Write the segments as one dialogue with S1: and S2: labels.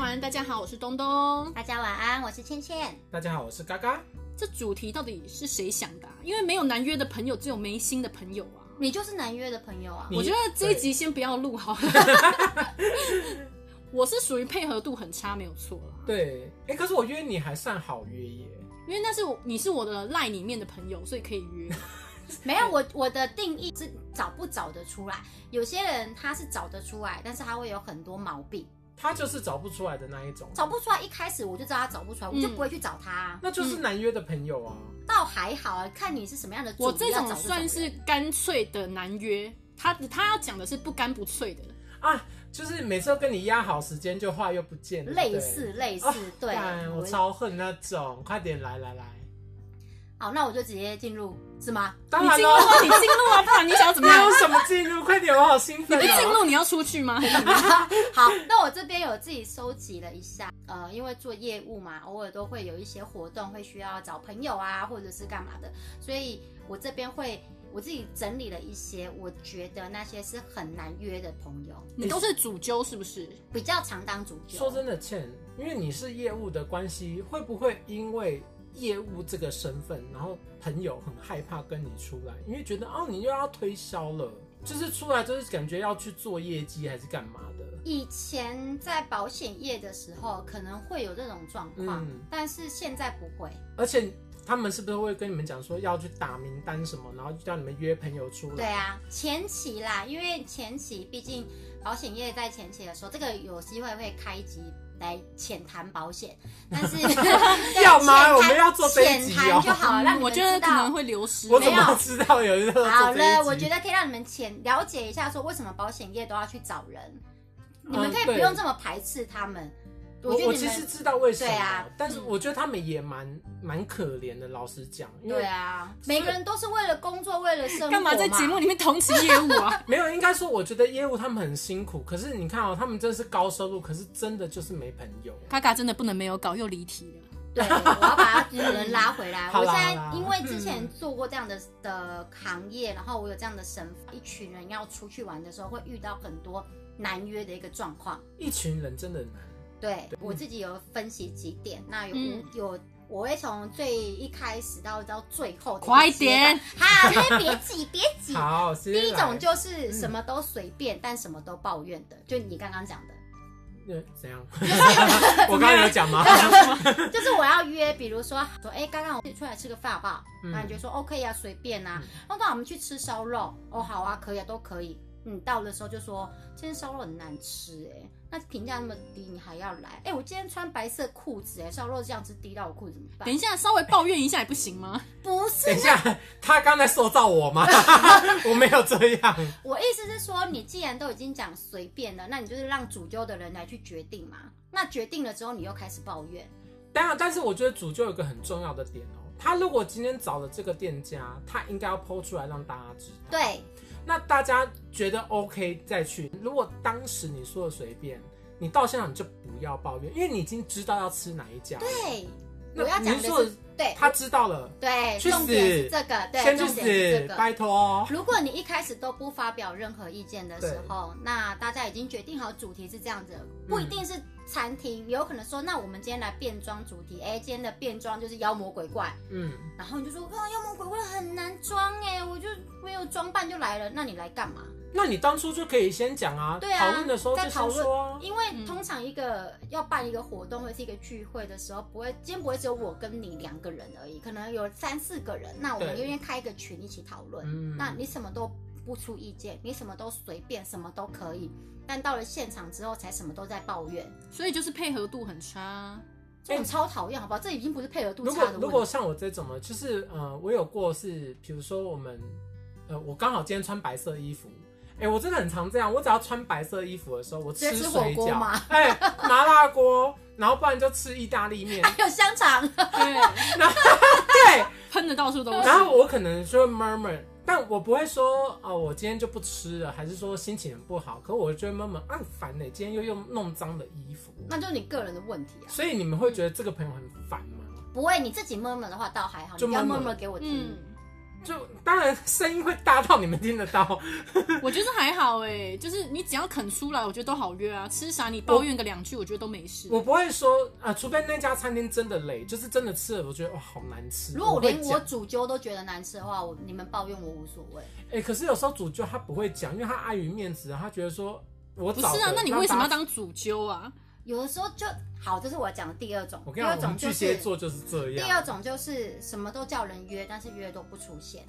S1: 安，大家好，我是东东。
S2: 大家晚安，我是倩倩。
S3: 大家好，我是嘎嘎。
S1: 这主题到底是谁想的、啊？因为没有难约的朋友，只有没心的朋友啊。
S2: 你就是难约的朋友啊！
S3: 你
S1: 我觉得这一集先不要录好了。 我是属于配合度很差，没有错啦。
S3: 对，哎、可是我约你还算好约耶。
S1: 因为那是我，你是我的赖里面的朋友，所以可以 约。
S2: 没有我，我的定义是找不找得出来。有些人他是找得出来，但是他会有很多毛病，
S3: 他就是找不出来的那一种，
S2: 找不出来。一开始我就知道他找不出来，我就
S1: 嗯
S2: 不会去找他啊、
S3: 那就是难约的朋友啊。
S2: 倒还好啊，看你是什么样的主
S1: 哦我
S2: 要找
S1: 这
S2: 这
S1: 种算是
S2: 人
S1: 干脆的难约，他他要讲的是不干不脆的。
S3: 啊，就是每次都跟你压好时间，就话又不见了。
S2: 类
S3: 对
S2: 似类似，
S3: 哦
S2: 对。
S3: 干我超恨那种，快点来来来。
S2: 好，那我就直接进入是吗？
S3: 当
S1: 你
S3: 然
S1: 进入
S3: 喽，
S1: 啊，你进入啊，不然你想要怎么
S3: 没有
S1: 样？
S3: 什么进入，快点，我好兴
S1: 你
S3: 奋
S1: 不进
S3: 哦。
S1: 入，你要出去 吗？
S2: 好，那我这边有自己收集了一下，呃，因为做业务嘛，偶尔都会有一些活动会需要找朋友啊，或者是干嘛的，所以我这边会我自己整理了一些，我觉得那些是很难约的朋友，
S1: 你都是主揪是不 是？
S2: 比较常当主角。
S3: 说真的，倩，因为你是业务的关系，会不会因为业务这个身份，然后朋友很害怕跟你出来，因为觉得哦，你又要推销了，就是出来就是感觉要去做业绩还是干嘛的？
S2: 以前在保险业的时候，可能会有这种状况，
S3: 嗯
S2: 但是现在不会。
S3: 而且他们是不是会跟你们讲说要去打名单什么，然后就叫你们约朋友出来？
S2: 对啊，前期啦，因为前期毕竟保险业在前期的时候，这个有机会会开一集来浅谈保 险，但是
S3: 要吗
S2: 浅谈
S3: 我们要做这一
S2: 浅
S3: 集
S2: 谈
S3: 哦
S2: 就好了，让你
S1: 我
S2: 们
S1: 觉得
S2: 知
S1: 可能
S2: 道。
S1: 会流失。
S3: 我怎
S2: 没
S3: 么
S2: 有
S3: 知道有人要做
S2: 好
S3: 这一
S2: 了，
S3: 集
S2: 我觉得可以让你们浅了解一下，说为什么保险业都要去找人，你们
S3: 嗯
S2: 可以不
S3: 对
S2: 用这么排斥他们。
S3: 我
S2: 觉得
S3: 我
S2: 你
S3: 其实
S2: 们
S3: 知道为什么，
S2: 对啊
S3: 但是
S1: 嗯
S3: 我觉得他们也蛮蛮可怜的，老实讲，因
S2: 对
S3: 为
S2: 啊，每个人都是为了工作，为了生活
S1: 干嘛在
S2: 嘛
S1: 节目里面同情业务 啊？
S3: 没有，应该说，我觉得业务他们很辛苦，可是你看哦，他们真是高收入，可是真的就是没朋友。
S1: 嘎嘎真的不能没有搞，又离题 了。
S2: 对，我要把它人拉回来。
S3: 好
S2: 我
S3: 啦
S2: 现在
S3: 好啦嗯
S2: 因为之前做过这样的的行业，然后我有这样的身份，一群人要出去玩的时候，会遇到很多难约的一个状况。
S3: 一群人真的很难。
S2: 对
S3: 对
S2: 我自己有分析几点，那有、
S1: 嗯
S2: 有。我会从最一开始到到最后，
S1: 快点！
S2: 好，先别急，别急。
S3: 好，第
S2: 第一种就是什么都随便，但什么都抱怨的，就你刚刚讲的，
S3: 呃怎样？ 我刚刚有讲吗？
S2: 就是我要约，比如说说，哎、刚刚我们出来吃个饭好不好？
S3: 嗯
S2: 那、你就说 OK 啊，随便啊
S3: 嗯。
S2: 那、那我们去吃烧肉，哦，好啊，可以啊，都可以。你到的时候就说今天烧肉很难吃、哎，那评价那么低，你还要来？哎、我今天穿白色裤子、哎，烧肉酱汁滴到我裤子怎么办
S1: 等？一下，稍微抱怨一下也不行吗？
S2: 不是
S3: 等一下，他刚才塑造我吗？ 我没有这样。
S2: 我意思是说，你既然都已经讲随便了，那你就是让主揪的人来去决定嘛。那决定了之后，你又开始抱怨，
S3: 当然，但是我觉得主就有一个很重要的点哦，他如果今天找了这个店家，他应该要剖出来让大家知道。
S2: 对，
S3: 那大家觉得 OK 再去。如果当时你说的随便，你到现场你就不要抱怨，因为你已经知道要吃哪一家。
S2: 对，
S3: 那
S2: 我要讲
S3: 您
S2: 的
S3: 说
S2: 是对，
S3: 他知道了，
S2: 对，
S3: 去
S2: 重点是
S3: 死
S2: 这个，对，
S3: 先去
S2: 重点是这
S3: 死，
S2: 个。
S3: 拜托。哦
S2: 如果你一开始都不发表任何意见的时候，那大家已经决定好主题是这样子，不一定是餐厅，有可能说，那我们今天来变装主题，哎，今天的变装就是妖魔鬼怪，
S3: 嗯，
S2: 然后你就说，哇，妖魔鬼怪很难装哎、我就没有装扮就来了，那你来干嘛？
S3: 那你当初就可以先讲啊，
S2: 对啊
S3: 讨论的时候
S2: 在
S3: 就
S2: 讨
S3: 先
S2: 论
S3: 说啊。
S2: 因为通常一个要办一个活动或是一个聚会的时候，不会今天不会只有我跟你两个人而已，可能有三四个人，那我们
S3: 对
S2: 因为开一个群一起讨论。
S3: 嗯
S2: 那你什么都不出意见，你什么都随便，什么都可以。但到了现场之后，才什么都在抱 怨，
S3: 哎
S1: 所以就是配合度很差。
S2: 这种超讨厌，好不好？这已经不是配合度
S3: 如
S2: 差
S3: 果
S2: 的
S3: 如
S2: 问
S3: 果
S2: 题。
S3: 像我这种呢，就是呃，我有过是，比如说我们，呃，我刚好今天穿白色衣服，哎、我真的很常这样，我只要穿白色衣服的时候，我
S2: 直接吃火
S3: 水
S2: 锅
S3: 饺
S2: 吗，
S3: 哎、麻辣锅，然后不然就吃意大利面，
S2: 还有哎香肠，
S1: 对，
S3: 对，
S1: 喷的到处都是。
S3: 然 后我可能就会 murmur，但我不会说哦，我今天就不吃了，还是说心情很不好，可我就会 murmur，啊，很烦呢、今天又用弄脏的衣服，
S2: 那就是你个人的问题啊。
S3: 所以你们会觉得这个朋友很烦吗？
S2: 不会，你自己闷闷的话倒还好，
S3: 就
S2: 你不要闷
S3: murmur
S2: 闷给我听。
S1: 嗯，
S3: 就当然声音会大到你们听得到，
S1: 我觉得还好哎、就是你只要肯出来，我觉得都好约啊。吃啥你抱怨个两句，我觉得都没事。
S3: 我不会说啊、除非那家餐厅真的累，就是真的吃了，我觉得哇哦好难吃。
S2: 如果我
S3: 会
S2: 连
S3: 讲
S2: 我煮粥都觉得难吃的话，我你们抱怨我无所谓。
S3: 哎、可是有时候主教他不会讲，因为他碍于面子，他觉得说我
S1: 不
S3: 找
S1: 是啊
S3: 的，
S1: 那你为什么要？
S3: 让大家
S1: 当主揪啊？
S2: 有的时候就好，这是我讲的第二种。
S3: 我
S2: 第
S3: 跟你
S2: 二
S3: 讲，我
S2: 种
S3: 们
S2: 就
S3: 巨
S2: 是
S3: 蟹座就是这
S2: 第
S3: 样。
S2: 二种就是什么都叫人约，但是约都不出现。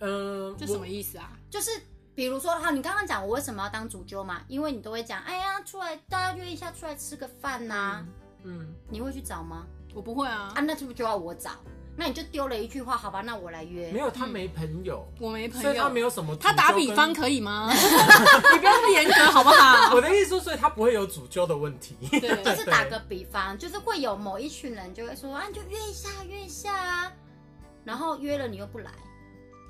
S3: 嗯，
S1: 这
S3: 我
S1: 什么意思啊？
S2: 就是比如说，好，你刚刚讲我为什么要当主揪嘛？因为你都会讲，哎呀，出来大家约一下，出来吃个饭呐、
S3: 嗯，
S2: 你会去找吗？
S1: 我不会啊
S2: 啊，，那是不是就要我找？那你就丢了一句话，好吧，那我来约。
S3: 没有，他没朋友，
S1: 我嗯没朋
S3: 所以他没
S1: 友。
S3: 有什么。
S1: 他打比方，可以 吗？你不要那么严格好不好？
S3: 我的意思说，所以他不会有主教的问题。
S2: 就
S1: 对，
S2: 是打个比方，就是会有某一群人就会说啊，你就约一下，约一下啊，然后约了你又不来，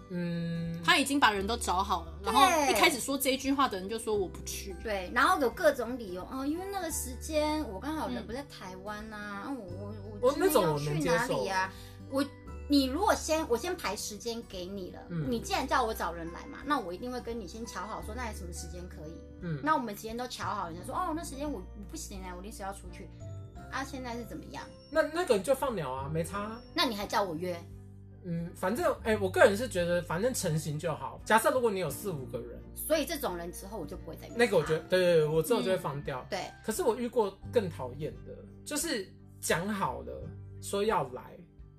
S3: 嗯，
S1: 他已经把人都找好了，然后一开始说这一句话的人就说我不去。
S2: 对，然后有各种理由哦，因为那个时间我刚好人
S1: 嗯
S2: 不在台湾呐、啊，我我
S3: 哦
S2: 我今
S3: 那种
S2: 天要
S3: 我能
S2: 去
S3: 接
S2: 哪
S3: 受
S2: 里啊？我你如果先我先排时间给你了，
S3: 嗯
S2: 你既然叫我找人来嘛，那我一定会跟你先瞧好说，那你什么时间可以？
S3: 嗯，
S2: 那我们时间都瞧好，人家说哦，那时间我我不行啊，我临时要出去啊，现在是怎么样？
S3: 那那个人就放鸟啊，没差啊。
S2: 那你还叫我约？
S3: 嗯，反正哎、我个人是觉得，反正成型就好。假设如果你有四五个人，
S2: 所以这种人之后我就不会再约
S3: 那个我
S2: 他
S3: 觉得，对对对，我之后就会放掉。
S1: 嗯
S2: 对，
S3: 可是我遇过更讨厌的，就是讲好了说要来，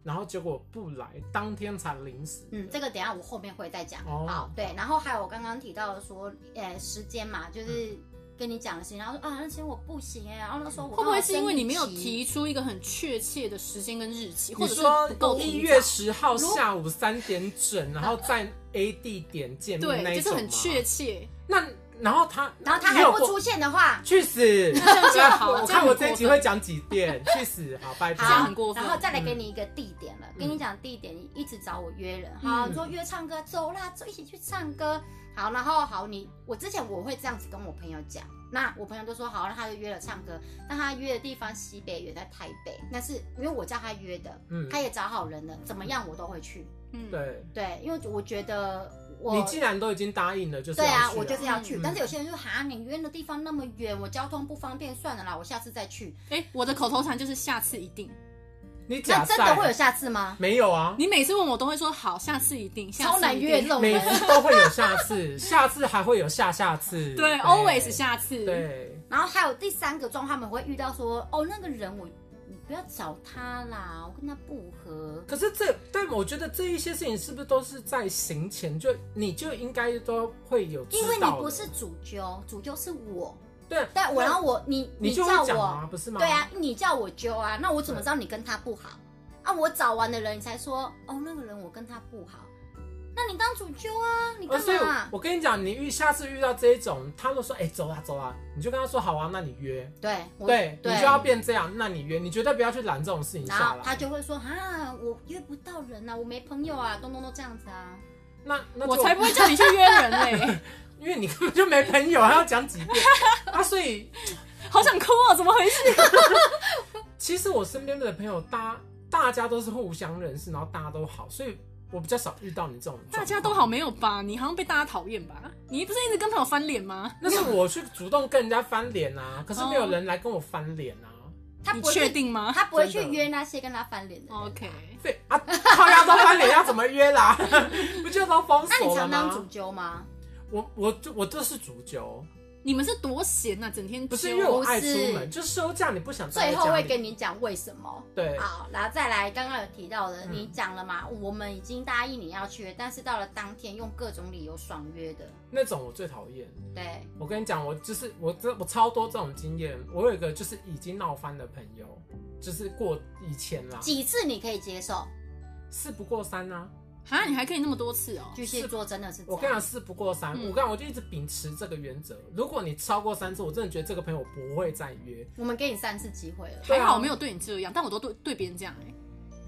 S3: 然后结果不来，当天才临时。
S2: 嗯，这个等一下我后面会再讲。
S3: 哦
S2: 好，对，然后还有我刚刚提到的说，呃，时间嘛，
S3: 嗯
S2: 就是跟你讲的事情，然后说啊，那时间我不行哎、然后那时候我
S1: 会不
S2: 刚
S1: 会
S2: 好
S1: 是因为
S2: 生理
S1: 你没有
S2: 期
S1: 提出一个很确切的时间跟日期，或
S3: 你
S1: 者是
S3: 说
S1: 不够
S3: 一
S1: 提
S3: 月
S1: 早
S3: 十号下午三点整，然后在 A 地点见面那
S1: 呃对，
S3: 一
S1: 就是
S3: 种
S1: 很
S3: 吗
S1: 确切。
S3: 那然后他，
S2: 然后他
S3: 你
S2: 还
S3: 有
S2: 不
S3: 过
S2: 出现的话，
S3: 去死！
S1: 样就好
S3: 我
S1: 这
S3: 看
S1: 样
S3: 我
S1: 很
S3: 这一
S1: 过
S3: 集会讲几遍，去死！好，拜
S1: 这样
S2: 好
S3: 拜
S1: 很。过分
S2: 然后再来给你一个地点了，
S3: 嗯
S2: 跟你讲地点，你一直找我约人，好，
S3: 嗯
S2: 说约唱歌，走啦，走一起去唱歌，好，然后好你，我之前我会这样子跟我朋友讲，那我朋友就说好，那他就约了唱歌，但他约的地方西北远，在台北，那是因为我叫他约的，
S3: 嗯，
S2: 他也找好人了，怎么样我都会去。
S1: 嗯，
S3: 对，
S2: 对，因为我觉得我
S3: 你既然都已经答应了，就是
S2: 对
S3: 要
S2: 啊，
S3: 去
S2: 我就是要去。
S3: 嗯
S2: 但是有些人就哈，你约的地方那么远，我交通不方便，算了啦，我下次再去。
S1: 哎、我的口头禅就是下次一定。
S3: 你
S2: 那
S3: 假
S2: 真的
S3: 赛啊
S2: 会有下次吗？
S3: 没有啊？
S1: 你每次问我都会说好，下次一定，下
S2: 超
S1: 次
S2: 难
S1: 一
S2: 约
S1: 定
S2: 这。种
S3: 每
S2: 人，
S3: 次都会有下 次，下次还会有下下次，
S1: 对 a l w a y s 下次。，
S3: 对，
S2: 然后还有第三个状况，他们会遇到说，哦，那个人我你不要找他啦，我跟他不合。
S3: 可是这，但我觉得这一些事情是不是都是在行前就你就应该都会有知道
S2: 因
S3: 的，
S2: 为你不是主揪，主揪是我，
S3: 对，
S2: 但我然后我你
S3: 你就
S2: 叫
S3: 会讲
S2: 我
S3: 啊，，不是吗？
S2: 对啊，，你叫我揪啊，那我怎么
S3: 对
S2: 知道你跟他不好啊？我找完的人，你才说哦，那个人我跟他不好，那你当主揪啊，你
S3: 呃，
S2: 干
S3: 所以我
S2: 嘛？
S3: 我跟你讲，你遇下次遇到这一种，他都说哎、走啊走啊，你就跟他说好啊，那你约，
S2: 对我
S3: 对
S2: 对
S3: 你就要变这样，那你约，你绝对不要去拦这种事情
S2: 然
S3: 下
S2: 后
S3: 来。
S2: 他就会说啊，我约不到人啊，我没朋友啊，东东都这样子啊。
S3: 那那就
S1: 我才不会叫你去约人嘞、
S3: 因为你根本就没朋友，还要讲几 遍啊，所以
S1: 好想哭哦，怎么回事？
S3: 其实我身边的朋友，大大家都是互相认识，然后大家都好，所以我比较少遇到你这种。
S1: 大家都，好没有吧？你好像被大家讨厌吧？你不是一直跟朋友翻脸吗？
S3: 那是我去主动跟人家翻脸啊，
S2: 哦
S3: 可是没有人来跟我翻脸啊。
S2: 他
S1: 你
S2: 不会去
S1: 确定吗
S2: 他不会去
S3: 真的
S2: 约那些跟他翻脸的
S3: 哦
S2: 人。
S1: ？OK，
S3: 对啊，大家都翻脸要怎么约啦？ 不就都封
S2: 那你
S3: 锁了
S2: 常当主
S3: 吗？
S2: 揪吗？
S3: 哦我我就我这是主角，哦
S1: 你们是多闲呐、整天
S3: 不是
S1: 揪
S3: 因为我爱
S2: 不是
S3: 出门，就是休假你不想待在
S2: 最
S3: 家
S2: 后会
S3: 里
S2: 跟你讲为什么。
S3: 对
S2: 好，然后再来，刚刚有提到的，
S3: 嗯
S2: 你讲了嘛？我们已经答应你要去了，但是到了当天用各种理由爽约的，
S3: 那种我最讨厌。
S2: 对，
S3: 我跟你讲，我就是我这我超多这种经验。我有一个就是已经闹翻的朋友，就是过以前啦，
S2: 几次你可以接
S3: 哦
S2: 受？
S3: 事不过三啊。
S1: 啊，你还可以那么多次哦。
S2: 巨蟹座真的是这
S3: 我跟你
S2: 样
S3: 讲，，事不过三。
S1: 嗯
S3: 我跟你讲，我就一直秉持这个原则。如果你超过三次，我真的觉得这个朋友不会再约。
S2: 我们给你三次机会了，
S3: 对
S1: 还
S3: 啊
S1: 欸好我没有对你这样，但我都对对别人这样哎、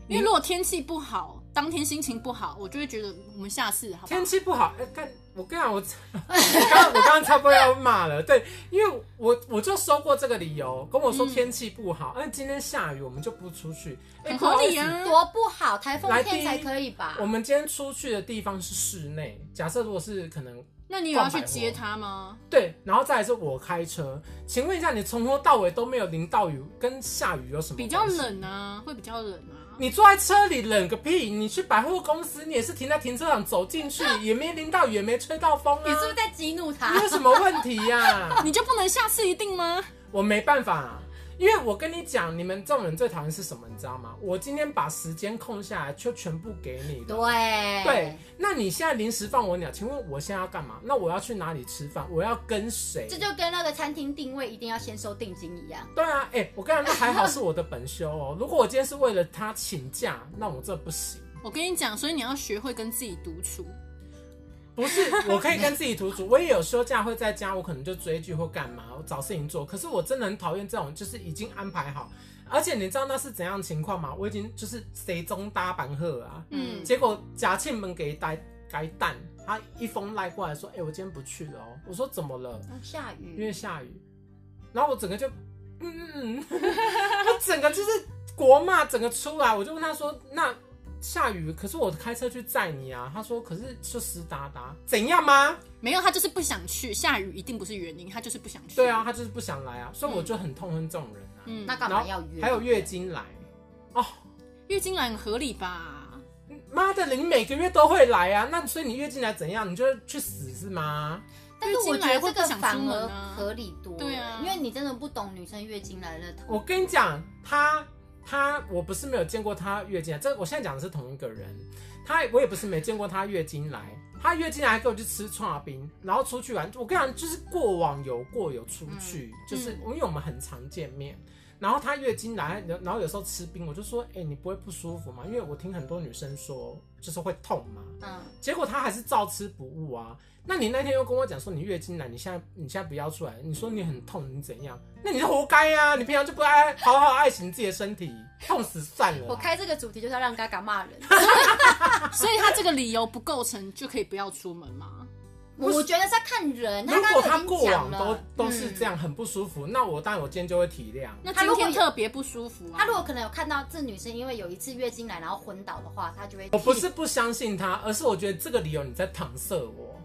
S1: 因为如果天气不好，当天心情不好，我就会觉得我们下次好不好
S3: 天？气不好，哎、干我跟你讲，我 我刚我刚刚差不多要骂了，对，因为我我就收过这个理由，跟我说
S1: 嗯
S3: 天气不好，哎、今天下雨，我们就不出去，哎、
S1: 很
S3: 不好
S1: 合
S3: 意思
S1: 理啊。
S2: 多不好，台风
S3: 来第
S2: 天
S3: 一
S2: 才可以吧
S3: 我？们今天出去的地方是室内，假设如果是可能
S1: 那你有要去接他吗？
S2: 啊
S3: 对，然后再来是我开车，请问一下，你从头到尾都没有淋到雨，跟下雨有什么？
S1: 比较，冷啊，会比较冷啊。
S3: 你坐在车里冷个屁！你去百货公司，你也是停在停车场走 进去，也没淋到雨，也没吹到风啊，
S2: 你是不是在激怒他
S3: 你？有什么问题呀、
S1: 你就不能下次一定吗？
S3: 我没办法、因为我跟你讲，你们这种人最讨厌是什么，你知道吗？我今天把时间空下来，就全部给你了。
S2: 对
S3: 对，，那你现在临时放我鸟，请问我现在要干嘛？那我要去哪里吃饭？我要跟谁？
S2: 这就跟那个餐厅定位一定要先收定金一样。
S3: 对啊，哎、我跟你讲，那还好是我的本修哦。如果我今天是为了他请假，那我这不行。
S1: 我跟你讲，所以你要学会跟自己独处。
S3: 不是，我可以跟自己独处，我也有休假会在家，我可能就追剧或干嘛，我找事情做。可是我真的很讨厌这种，就是已经安排好，而且你知道那是怎样的情况吗？我已经就是谁中搭板鹤啊，
S1: 嗯
S2: 嗯，
S3: 结果贾庆门给带该蛋，他一封赖过来说，哎、我今天不去了哦。我说怎么了？
S2: 哦下
S3: 因为
S2: 雨，
S3: 下雨，然后我整个就，嗯， 我整个就是国骂整个出来，我就问他说，那下雨，可是我开车去载你啊，他说可是就湿哒哒，怎样吗？
S1: 没有，他就是不想去。下雨一定不是原因，他就是不想去。
S3: 对啊，，他就是不想来啊，所以我就很痛恨这种人啊，
S1: 嗯，
S2: 那
S1: 那
S2: 干嘛要约？
S3: 还有月经来，哦，
S1: 月经来很合理吧？
S3: 妈的，你每个月都会来啊，那所以你月经来怎样，你就去死是吗？
S2: 但是我觉
S1: 月
S2: 得这个反
S1: 经来会不想出门
S2: 而
S1: 啊
S2: 合理多了，
S1: 对啊
S2: 因为你真的不懂女生月经来了头。
S3: 我跟你讲，他他我不是没有见过他月经来，啊这我现在讲的是同一个人，他我也不是没见过他月经来，他月经来还跟我去吃串冰，然后出去玩。我跟你讲，就是过往有过有出去，就是因为我们很常见面。然后他月经来，然后然后有时候吃冰，我就说，哎、你不会不舒服吗？因为我听很多女生说，就是会痛嘛。
S2: 嗯，
S3: 结果他还是照吃不误啊。那你那天又跟我讲说你月经来，你现在你现在不要出来，你说你很痛，你怎样？那你是活该啊！你平常就不爱好好爱惜你自己的身体，痛死算了啊、
S2: 我开这个主题就是要让嘎嘎骂人，
S1: 所以他这个理由不构成，就可以不要出门吗？
S3: 不是
S2: 我觉得是要看人。
S3: 如
S2: 刚
S3: 果
S2: 刚
S3: 他
S2: 已
S3: 过
S2: 经讲
S3: 往
S2: 了，嗯
S3: 都都是这样很不舒服，那我当然我今天就会体谅。
S1: 嗯那
S2: 他
S1: 今
S2: 如果
S1: 天
S2: 有
S1: 特别不舒服啊
S2: 他如。果可能有看到这女生因为有一次月经来然后昏倒的话，他就会
S3: 哦我不是不相信他，而是我觉得这个理由你在搪塞我。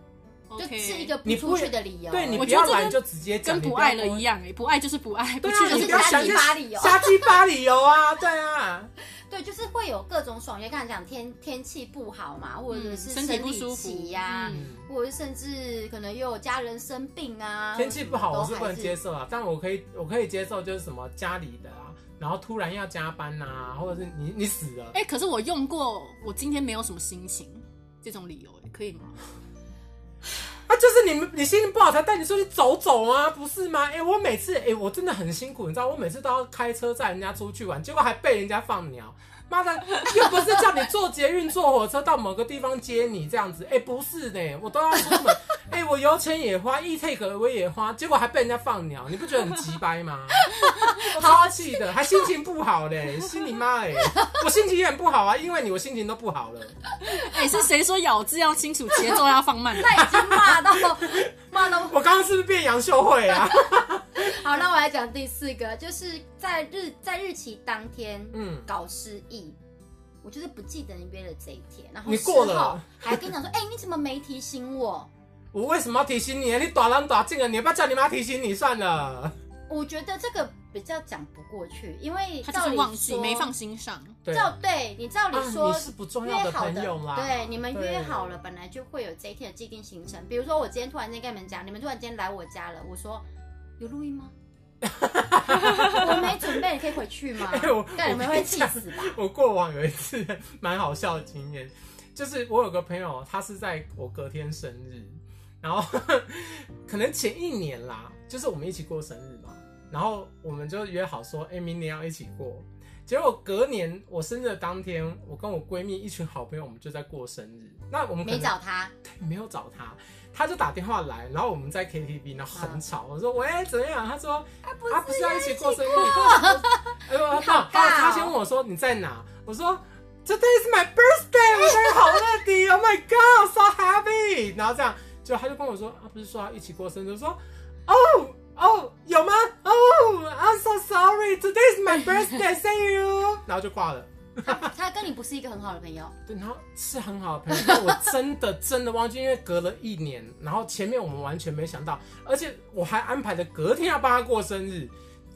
S2: 就
S1: OK
S2: 是一个不
S3: 你不
S2: 出
S3: 会
S2: 去的理由。
S3: 对你
S1: 啊我
S3: 不
S1: 觉得
S3: 要
S1: 这
S3: 来
S1: 跟
S3: 就直接讲，
S1: 跟
S3: 你
S1: 不
S3: 要
S1: 爱了
S3: 跟我
S1: 一样哎、不爱就是不爱，不
S3: 对
S1: 去
S3: 啊，
S1: 就
S3: 你
S1: 是不
S3: 不要
S1: 去
S2: 瞎
S3: 想
S2: 鸡
S3: 些
S2: 巴理由
S3: 瞎鸡巴理由啊，对啊。
S2: 对，就是会有各种爽约，看讲天天气不好嘛，或者
S1: 嗯
S2: 是
S1: 身体不舒服
S2: 期呀、
S1: 嗯
S2: 或者是甚至可能又有家人生病啊，
S3: 天气不好我是不
S2: 都还
S3: 能接受啊，但我可以我可以接受就是什么家里的啊，然后突然要加班呐、或者是你你死了，
S1: 哎、可是我用过，我今天没有什么心情这种理由、哎，可以吗？
S3: 啊就是你们你心情不好才带你出去走走啊，不是吗？哎、我每次哎、我真的很辛苦，你知道我每次都要开车载人家出去玩，结果还被人家放鸟。妈的，又不是叫你坐捷运、坐火车到某个地方接你这样子，哎、不是呢，我都要出门，哎、我油钱也花，e take 我也花，结果还被人家放鸟，你不觉得很鸡掰吗？我超气的，还心情不好嘞，心你妈嘞！我心情也很不好啊，因为你我心情都不好了。
S1: 哎、是谁说咬字要清楚，节奏要放 慢的？啊
S2: 他已经骂到 骂到
S3: 我刚刚是不是变杨秀慧啊？
S2: 好，那我来讲第四个，就是在日在日期当天
S3: 嗯，
S2: 搞失忆，我就是不记得你约的这一天，然后
S3: 你过
S2: 事
S3: 了
S2: 后还跟你讲说，哎、你怎么没提醒我？
S3: 我为什么要提醒你？你打狼打进了，啊你要不要叫你妈提醒你算了？
S2: 我觉得这个比较讲不过去，因为
S1: 他
S2: 照
S1: 就是
S2: 理
S1: 忘记，
S2: 说
S1: 没放。心上。
S3: 对，啊
S2: 照对你照理说、
S3: 啊、你是不重
S2: 约
S3: 要的
S2: 好
S3: 朋友啦。
S2: 对，你们约
S3: 对
S2: 好了，本来就会有这一天的既定行程。比如说，我今天突然间跟你们讲，你们突然间来我家了，我说有录 音吗？我没准备，你可以回去吗？
S3: 哎我
S2: 但你们
S3: 我跟
S2: 会
S3: 你
S2: 气
S3: 讲
S2: 死吧？
S3: 我过往有一次 蛮好笑的经验，就是我有个朋友，他是在我隔天生日，然后 可能前一年啦，就是我们一起过生日嘛，然后我们就约好说，哎、明年要一起过。结果隔年我生日的当天，我跟我闺蜜一群好朋友，我们就在过生日。那我们可
S2: 没
S3: 能
S2: 找他，
S3: 没有找他，他就打电话来，然后我们在 KTV，然后很吵。我说喂，怎么样？他说啊， 不是要一起过生日？你跟我说哎呦，
S2: 好
S3: 他他
S2: 尬哦
S3: 他先问我说你在哪？我说 Today is my birthday，我生日好乐迪，Oh my God，so happy。然后这样，就他就跟我说，啊，不是说要一起过生日，我说，哦哦，有吗？哦、i m so sorry，Today is my birthday，see you。然后就挂了。
S2: 他他跟你不是一个很好的 朋友，
S3: 对，然后是很好的朋友， 但我真的真的忘记，因为隔了一年，然后前面我们完全没想到，而且我还安排的隔天要帮他过生日，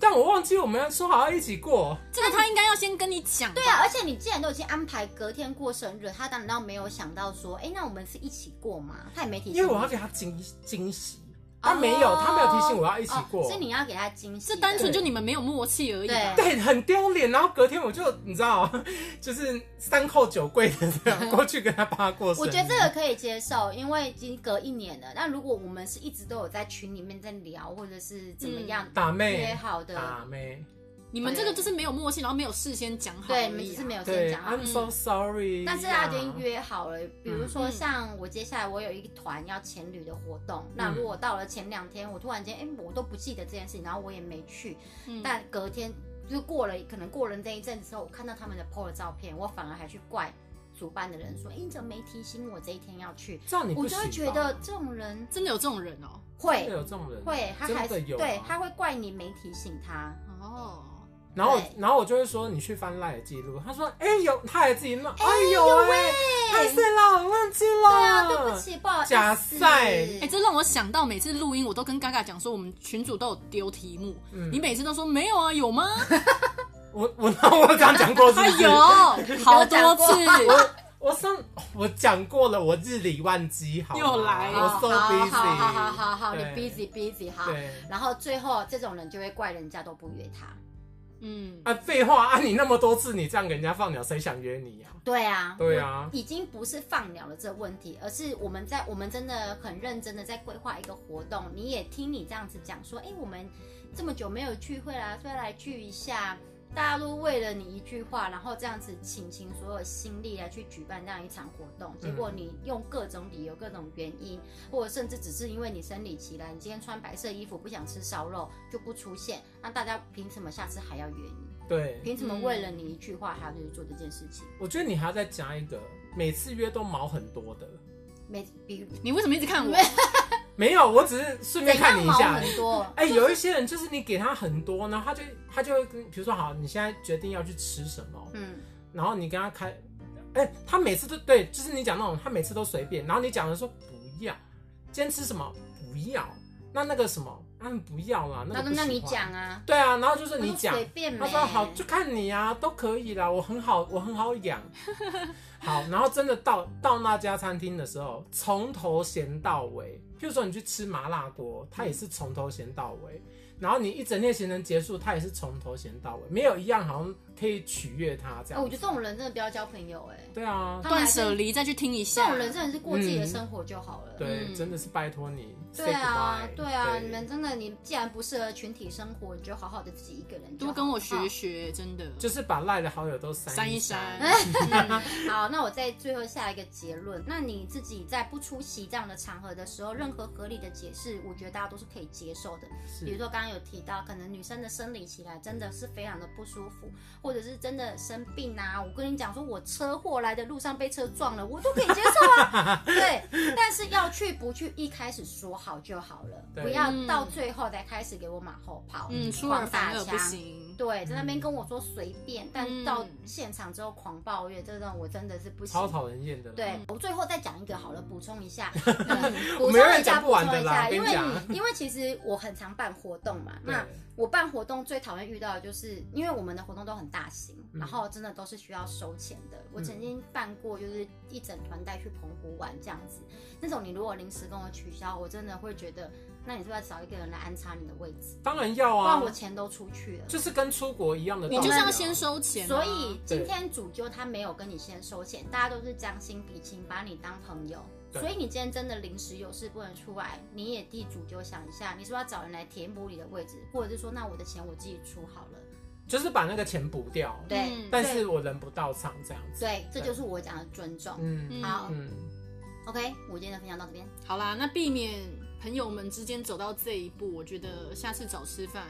S3: 但我忘记我们要说好要一起过。
S2: 嗯
S1: 这个他应该要先跟你讲。
S2: 对啊，而且你既然都已经安排隔天过生日，他难道没有想到说，哎、那我们是一起过吗？他也没提醒你，
S3: 因为我要给他惊惊喜，他没有，他没有提醒我要一起过，
S2: 哦哦，是你要给他惊喜的，
S1: 这单纯就你们没有默契而已吧。
S2: 对
S3: 对，很丢脸。然后隔天我就你知道， 就是三叩九跪的这样过去跟他帮他过生
S2: 我
S3: 日。
S2: 觉得这个可以接受，因为已经隔一年了。那如果我们是一直都有在群里面在聊，或者是怎
S1: 嗯
S2: 么样
S3: 打
S2: 约
S3: 妹，
S2: 好的，
S3: 打妹，
S1: 你们这个就是没有默契，然后没有事先讲好而已
S2: 对，
S1: 啊。
S2: 你们只是没有先
S3: 对
S2: 讲好
S3: ，I'm。so sorry 啊呀。
S2: 但是他已经约好了，比如说
S1: 嗯
S2: 像我接下来我有一团要前旅的活动，
S3: 嗯
S2: 那如果到了前两天，我突然间哎、我都不记得这件事情，然后我也没去，
S1: 嗯
S2: 但隔天就是过了可能过了这一阵子之后，我看到他们的 PO 的照片，我反而还去怪主办的人说，哎、你怎么没提醒我这一天要去？
S3: 这样你
S2: 我
S3: 不
S2: 就
S3: 行
S2: 会觉
S3: 吧
S2: 得这种人
S1: 真的有这种人哦。
S3: 真
S2: 会
S3: 的有这种人，
S2: 会，他还
S3: 真的
S2: 是
S3: 有啊
S2: 对，他会怪你没提醒他。
S1: 哦，
S3: 然后
S2: 对
S3: 然后我就会说你去翻赖的记录，他说哎、有，他还自己弄，哎呦
S2: 有
S3: 喂，太碎了，我忘记了，
S2: 对啊，对不，起，不好意思。
S3: 假赛
S1: 哎、这让我想到每次录音，我都跟嘎嘎讲说，我们群主都有丢题目，
S3: 嗯
S1: 你每次都说没有啊，有吗？
S3: 我我我有这样讲过是不
S1: 他
S3: 是？
S1: 啊
S2: 哎
S1: 有，好多次，
S3: 我上我讲过了，我日理万机，好吗，
S1: 又来
S3: 我
S2: 好
S3: so
S2: 好
S3: busy，
S2: 好好好好好，你
S3: 对
S2: busy 啊 busy 好。
S3: 对。
S2: 然后最后这种人就会怪人家都不约他。
S1: 嗯，
S3: 啊，废话啊！你那么多次，你这样给人家放鸟，谁想约你呀、
S2: 对啊，
S3: 对啊，
S2: 已经不是放鸟了这个问题，而是我们在我们真的很认真的在规划一个活动。你也听你这样子讲说，哎、我们这么久没有聚会啦，所以来聚一下。大家都为了你一句话，然后这样子倾尽所有心力来去举办这样一场活
S3: 嗯
S2: 动，结果你用各种理由、各种原因，或者甚至只是因为你生理期来，你今天穿白色衣服不想吃烧肉就不出现，那大家凭什么下次还要约你？
S3: 对，
S2: 凭什么
S1: 嗯
S2: 为了你一句话还要去做这件事情？
S3: 我觉得你还要再加一个，每次约都毛很多的。
S2: 每
S1: 嗯
S2: 比如
S1: 你为什么一直看我？
S3: 没有，我只是顺便看你一
S2: 怎
S3: 下
S2: 样毛
S3: 而已。
S2: 很多，
S3: 哎、有一些人就是你给他很多，然后他就他就会跟，比如说好，你现在决定要去吃什么，
S2: 嗯，
S3: 然后你跟他开，哎、他每次都对，就是你讲那种，他每次都随便，然后你讲的说不要，今天吃什么不要，那那个什么，嗯、不要啦，
S2: 那
S3: 那个
S2: 那
S3: 不喜
S2: 你
S3: 欢，
S2: 讲啊，
S3: 对啊，然后就是
S2: 他
S3: 你
S2: 说
S3: 讲
S2: 随，便呗。
S3: 他说好，就看你啊，都可以啦，我很好，我很好 养。好，然后真的到到那家餐厅的时候，从头咸到尾。譬如说你去吃麻辣锅，它也是从头咸到尾。然后你一整天行程结束，它也是从头咸到尾，没有一样好像可以取悦他这
S2: 哎、
S3: 样。
S2: 我觉得这种人真的不要交朋友哎、
S3: 对啊，
S2: 他们
S1: 断
S2: 还是
S1: 舍离再去听一
S2: 这
S1: 下
S2: 种。人真的是过自己的生活就好了。
S3: 对，
S1: 嗯
S3: 真的是拜托你。
S2: 对啊
S3: say，goodbye，
S2: 对啊，你们真的，你既然不适合群体生活，你就好好的自己一个人就好。
S1: 多跟我学
S2: 哦
S1: 学，真的。
S3: 就是把赖的好友都
S1: 删
S3: 删
S1: 一
S3: 删。
S1: 删
S2: 哦好，那我再最后下一个结论。那你自己在不出席这样的场合的时候，任何合理的解释，我觉得大家都是可以接受的。比如
S3: 是，
S2: 说刚刚有提到，可能女生的生理期来真的是非常的不舒服，或者是真的生病啊。我跟你讲，说我车祸来的路上被车撞了，我都可以接受 啊。对，但是要去不去，一开始说好就好了，
S3: 对
S2: 不要到最后再开始给我马后炮，
S1: 嗯，出尔
S2: 狂打
S1: 反尔
S2: 枪
S1: 不。行。
S2: 对，在那边跟我说随便，但到
S1: 嗯
S2: 现场之后狂抱怨，这种我真的是不行
S3: 超。讨人厌的。
S2: 对，我最后再讲一个好了，补充 一下，
S3: 我
S2: 补充
S3: 们永远
S2: 一下，
S3: 讲不
S2: 补
S3: 完
S2: 充
S3: 的
S2: 一
S3: 啦
S2: 下，因
S3: 跟你
S2: 为
S3: 讲
S2: 因为其实我很常办活动嘛，
S3: 对
S2: 那我办活动最讨厌遇到的就是，因为我们的活动都很大型，
S3: 嗯
S2: 然后真的都是需要收钱的。我曾经办过，就是一整团带去澎湖玩这样子，那种你如果临时跟我取消，我真的会觉得，那你是不是要找一个人来安插你的位置？
S3: 当然要
S2: 不然
S3: 啊
S2: 我，钱都出去了。
S3: 就是跟出国一样的道理
S1: 你
S3: 啊。
S1: 就是要先收钱啊。
S2: 所以今
S3: 对
S2: 天主揪他没有跟你先收钱，大家都是将心比心，把你当朋友。
S3: 对
S2: 所以你今天真的临时有事不能出来，你也替主揪想一下，你是不是要找人来填补你的位置，或者是说那我的钱我自己出好了？
S3: 就是把那个钱补掉，
S2: 对，
S1: 嗯
S3: 但是我人不到场这样子。
S2: 对，这就是我讲的尊重。
S3: 嗯
S1: 嗯
S2: 好
S3: 嗯，
S2: OK，我今天的分享到这边，
S1: 好啦，那避免朋友们之间走到这一步，我觉得下次早吃饭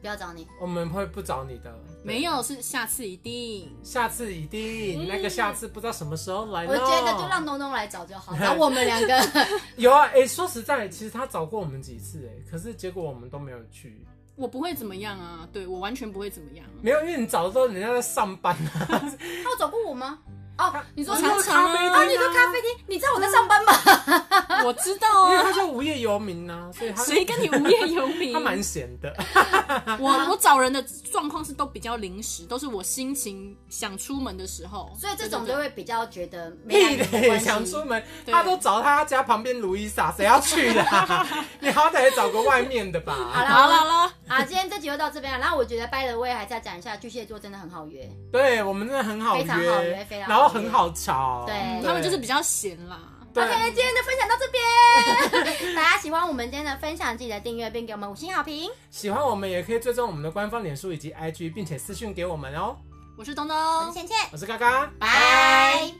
S2: 不要找你。
S3: 我们会不找你的。对
S1: 没，有，是下次一定。
S3: 下次一定，那个下次不知道什么时候来
S2: 嗯
S3: 咯。
S2: 我觉得就让东东来找就好， 找我们两个。
S3: 有啊，哎、说实在，其实他找过我们几次，哎，可是结果我们都没有去。
S1: 我不会怎么样啊，对我完全不会怎 么样。
S3: 没有，因为你找的时候人家在上班 啊。
S2: 他有找过我吗？哦，
S1: 你说
S3: 我
S1: 常
S3: 说
S1: 常
S3: 咖啡
S1: 啊
S2: 哦，你说咖啡厅，你知道我在上班吗？
S1: 我知道
S3: 因为
S1: 啊，
S3: 他就无业游民呐、啊，所以他
S1: 谁跟你无业游民？
S3: 他蛮闲的。
S1: 啊我我找人的状况是都比较临时，都是我心情想出门的时候，
S2: 所以这种
S1: 对
S2: 就
S1: 对
S2: 会比较觉得哎没
S3: 屁
S2: 有
S3: 嘞，
S2: 关系。
S3: 想出门，
S1: 对
S3: 他都找他家旁边卢伊莎，谁要去啦？ 你好歹也找个外面的
S1: 对
S2: 好
S3: 吧。
S2: 啦
S1: 好了好了，
S2: 啊，今天这集就到这边了。然后我觉得 By the way 还是要讲一下，巨蟹座真的很好约，
S3: 对我们真的很好
S2: 非常好
S3: 约
S2: 约，非常好约
S3: 然后很好吵。
S2: 对
S1: 嗯他们就是比较闲啦。
S3: 对
S2: OK，今天的分享到这边，大家喜欢我们今天的分享，记得订阅并给我们五星好评。
S3: 喜欢我们也可以追踪我们的官方脸书以及 IG，并且私讯给我们哦。
S1: 我是东
S2: 我是
S1: 东，
S2: 倩倩，
S3: 我是嘎嘎，
S2: 拜。